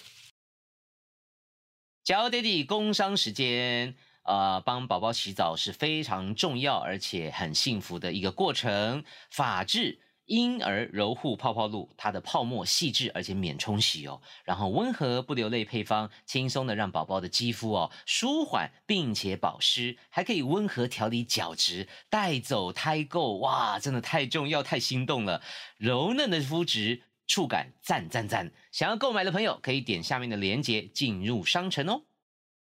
[SPEAKER 1] 小爹地工商时间，呃，帮宝宝洗澡是非常重要而且很幸福的一个过程。法治婴儿柔护泡泡露，它的泡沫细致而且免冲洗哦，然后温和不流泪配方，轻松的让宝宝的肌肤哦舒缓并且保湿，还可以温和调理角质，带走胎垢，哇，真的太重要太心动了！柔嫩的肤质，触感赞赞赞！想要购买的朋友可以点下面的链接进入商城哦。